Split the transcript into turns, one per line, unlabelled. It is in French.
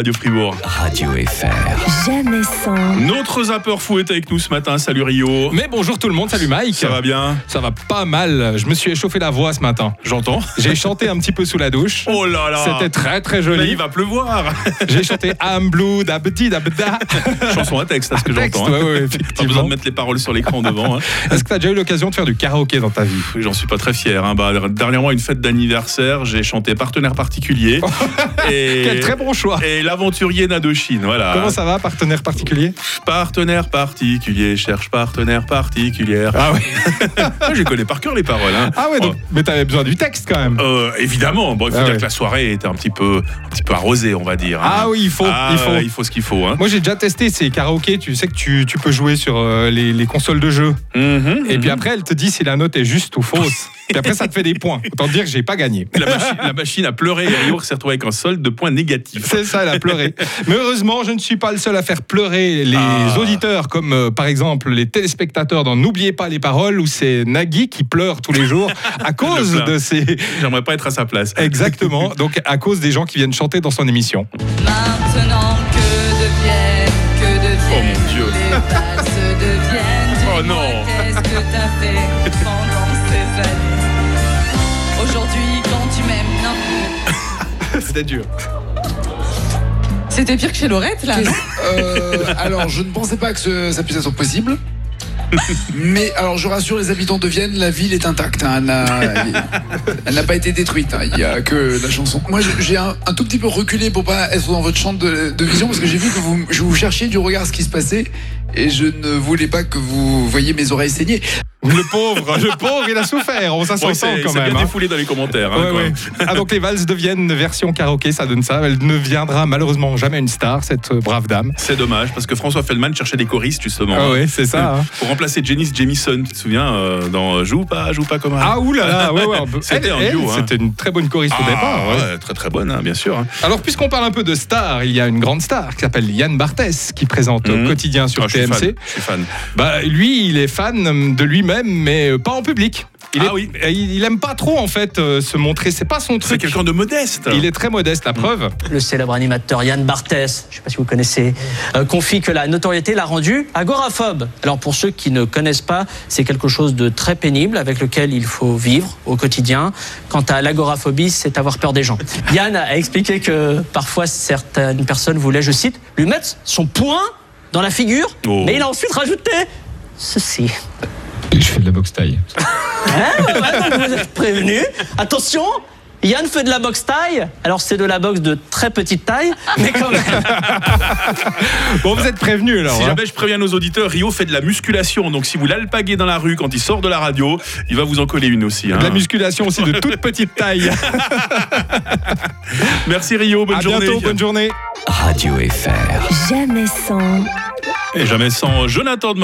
Radio Fribourg.
Radio FR.
Jamais sans.
Notre zappeur fou est avec nous ce matin. Salut Rio.
Mais bonjour tout le monde, salut Mike.
Ça va bien
Ça va pas mal. Je me suis échauffé la voix ce matin.
J'entends.
J'ai chanté un petit peu sous la douche.
Oh là là
C'était très
Mais
très
il
joli.
va pleuvoir
J'ai chanté I'm blue, da petit, da bda.
Chanson à texte, à ce que
Texte,
j'entends. hein.
ouais,
Pas besoin
ouais, effectivement.
de mettre les paroles sur l'écran devant. hein.
Est-ce que t'as déjà eu l'occasion de faire du karaoké dans ta vie
Oui, J'en suis pas très fier. hein. Bah, dernièrement, à une fête d'anniversaire, j'ai chanté Partenaire particulier. et...
Quel très bon choix.
Et Ah. l'aventurier Nadochine, voilà.
Comment ça va, partenaire particulier
Partenaire particulier, cherche partenaire particulière.
Ah oui.
Ah, je connais par cœur les paroles. hein.
Ah ouais, donc, mais t'avais besoin du texte quand même.
Euh, évidemment, bon, il faut
Ah
dire
ouais.
que la soirée était un petit peu, un petit peu arrosée, on va dire. hein.
Ah oui, il faut,
Ah,
il faut.
ouais, il faut ce qu'il faut. hein.
Moi j'ai déjà testé ces karaokés, tu sais que tu, tu peux jouer sur euh, les, les consoles de jeux.
Mhm.
Et puis après elle te dit si la note est juste ou fausse. Et après ça te fait des points. Autant dire que j'ai pas gagné.
la, machi- la machine a pleuré et Rio s'est retrouvé avec un solde de points négatif.
C'est ça, elle a pleuré. Mais heureusement, je ne suis pas le seul à faire pleurer les
Ah.
auditeurs, comme euh, par exemple les téléspectateurs dans N'oubliez pas les paroles, où c'est Nagui qui pleure tous les jours à cause
plaint.
de ces.
J'aimerais pas être à sa place.
Eh, Exactement, donc à cause des gens qui viennent chanter dans son émission.
Maintenant que deviennent, que deviennent
Oh mon Dieu.
les places deviennent.
Oh
Dis-moi,
non.
Qu'est-ce que t'as fait pendant ces années Aujourd'hui, quand tu m'aimes, non.
C'était dur.
C'était pire que chez Laurette là. non
Euh, alors, je ne pensais pas que ce- ça puisse être possible. Mais alors, je rassure les habitants de Vienne, la ville est intacte. hein, elle n'a- elle n'a pas été détruite. hein, Il n'y a que la chanson. Moi, je- j'ai un, un tout petit peu reculé pour pas être dans votre champ de, de vision parce que j'ai vu que vous, je vous cherchiez du regard ce qui se passait et je ne voulais pas que vous voyiez mes oreilles saigner.
Le pauvre, le pauvre, il a souffert, on ça
Bon,
s'entend
c'est
quand
c'est
même.
bien
hein.
défoulé dans les commentaires. hein,
Ouais,
quand
ouais.
même.
Ah, donc les valses deviennent version karaoké, ça donne ça. Elle ne viendra malheureusement jamais une star, cette euh, brave dame.
C'est dommage parce que François Feldman cherchait des choristes justement. Mm.
Ah ouais, c'est ça. hein.
Pour remplacer Janice Jamison, tu te souviens, euh, dans Joue pas, joue pas comme un.
Ah oulala, ouais, ouais. on peut-
C'était
elle-
un
elle,
duo, hein.
C'était une très bonne choriste au
Ah,
départ. ouais.
ouais, très très bonne, hein, bien sûr. hein.
Alors, puisqu'on parle un peu de stars, il y a une grande star qui s'appelle Yann Barthès, qui présente
Mhm.
euh, Quotidien sur
Ah, je suis fan,
TMC.
Je suis fan.
Bah, lui, il est fan de lui-même, mais euh, pas en public. Il,
Ah
est-
oui.
euh, il il aime pas trop, en fait, euh, se montrer. C'est pas son
C'est
truc.
quelqu'un Mhm. de modeste.
Il est très modeste, la preuve.
Le célèbre animateur Yann Barthès, je ne sais pas si vous connaissez, euh, confie que la notoriété l'a rendu agoraphobe. Alors pour ceux qui ne connaissent pas, c'est quelque chose de très pénible avec lequel il faut vivre au quotidien. Quant à l'agoraphobie, c'est avoir peur des gens. Yann a expliqué que parfois certaines personnes voulaient, je cite, lui mettre son poing dans la figure,
Oh.
mais il a ensuite rajouté ceci.
Je fais de la boxe taille.
Hein, ouais, ouais, donc vous êtes prévenus. Attention, Yann fait de la boxe taille. Alors c'est de la boxe de très petite taille, mais quand même.
Bon, vous êtes prévenus, alors.
Si
hein.
jamais je préviens nos auditeurs, Rio fait de la musculation. Donc si vous l'alpaguez dans la rue quand il sort de la radio, il va vous en coller une aussi. hein.
De la musculation aussi de toute petite taille.
Merci Rio, bonne
à
journée.
bientôt, bonne journée.
Radio FR.
Jamais sans.
Et jamais sans Jonathan de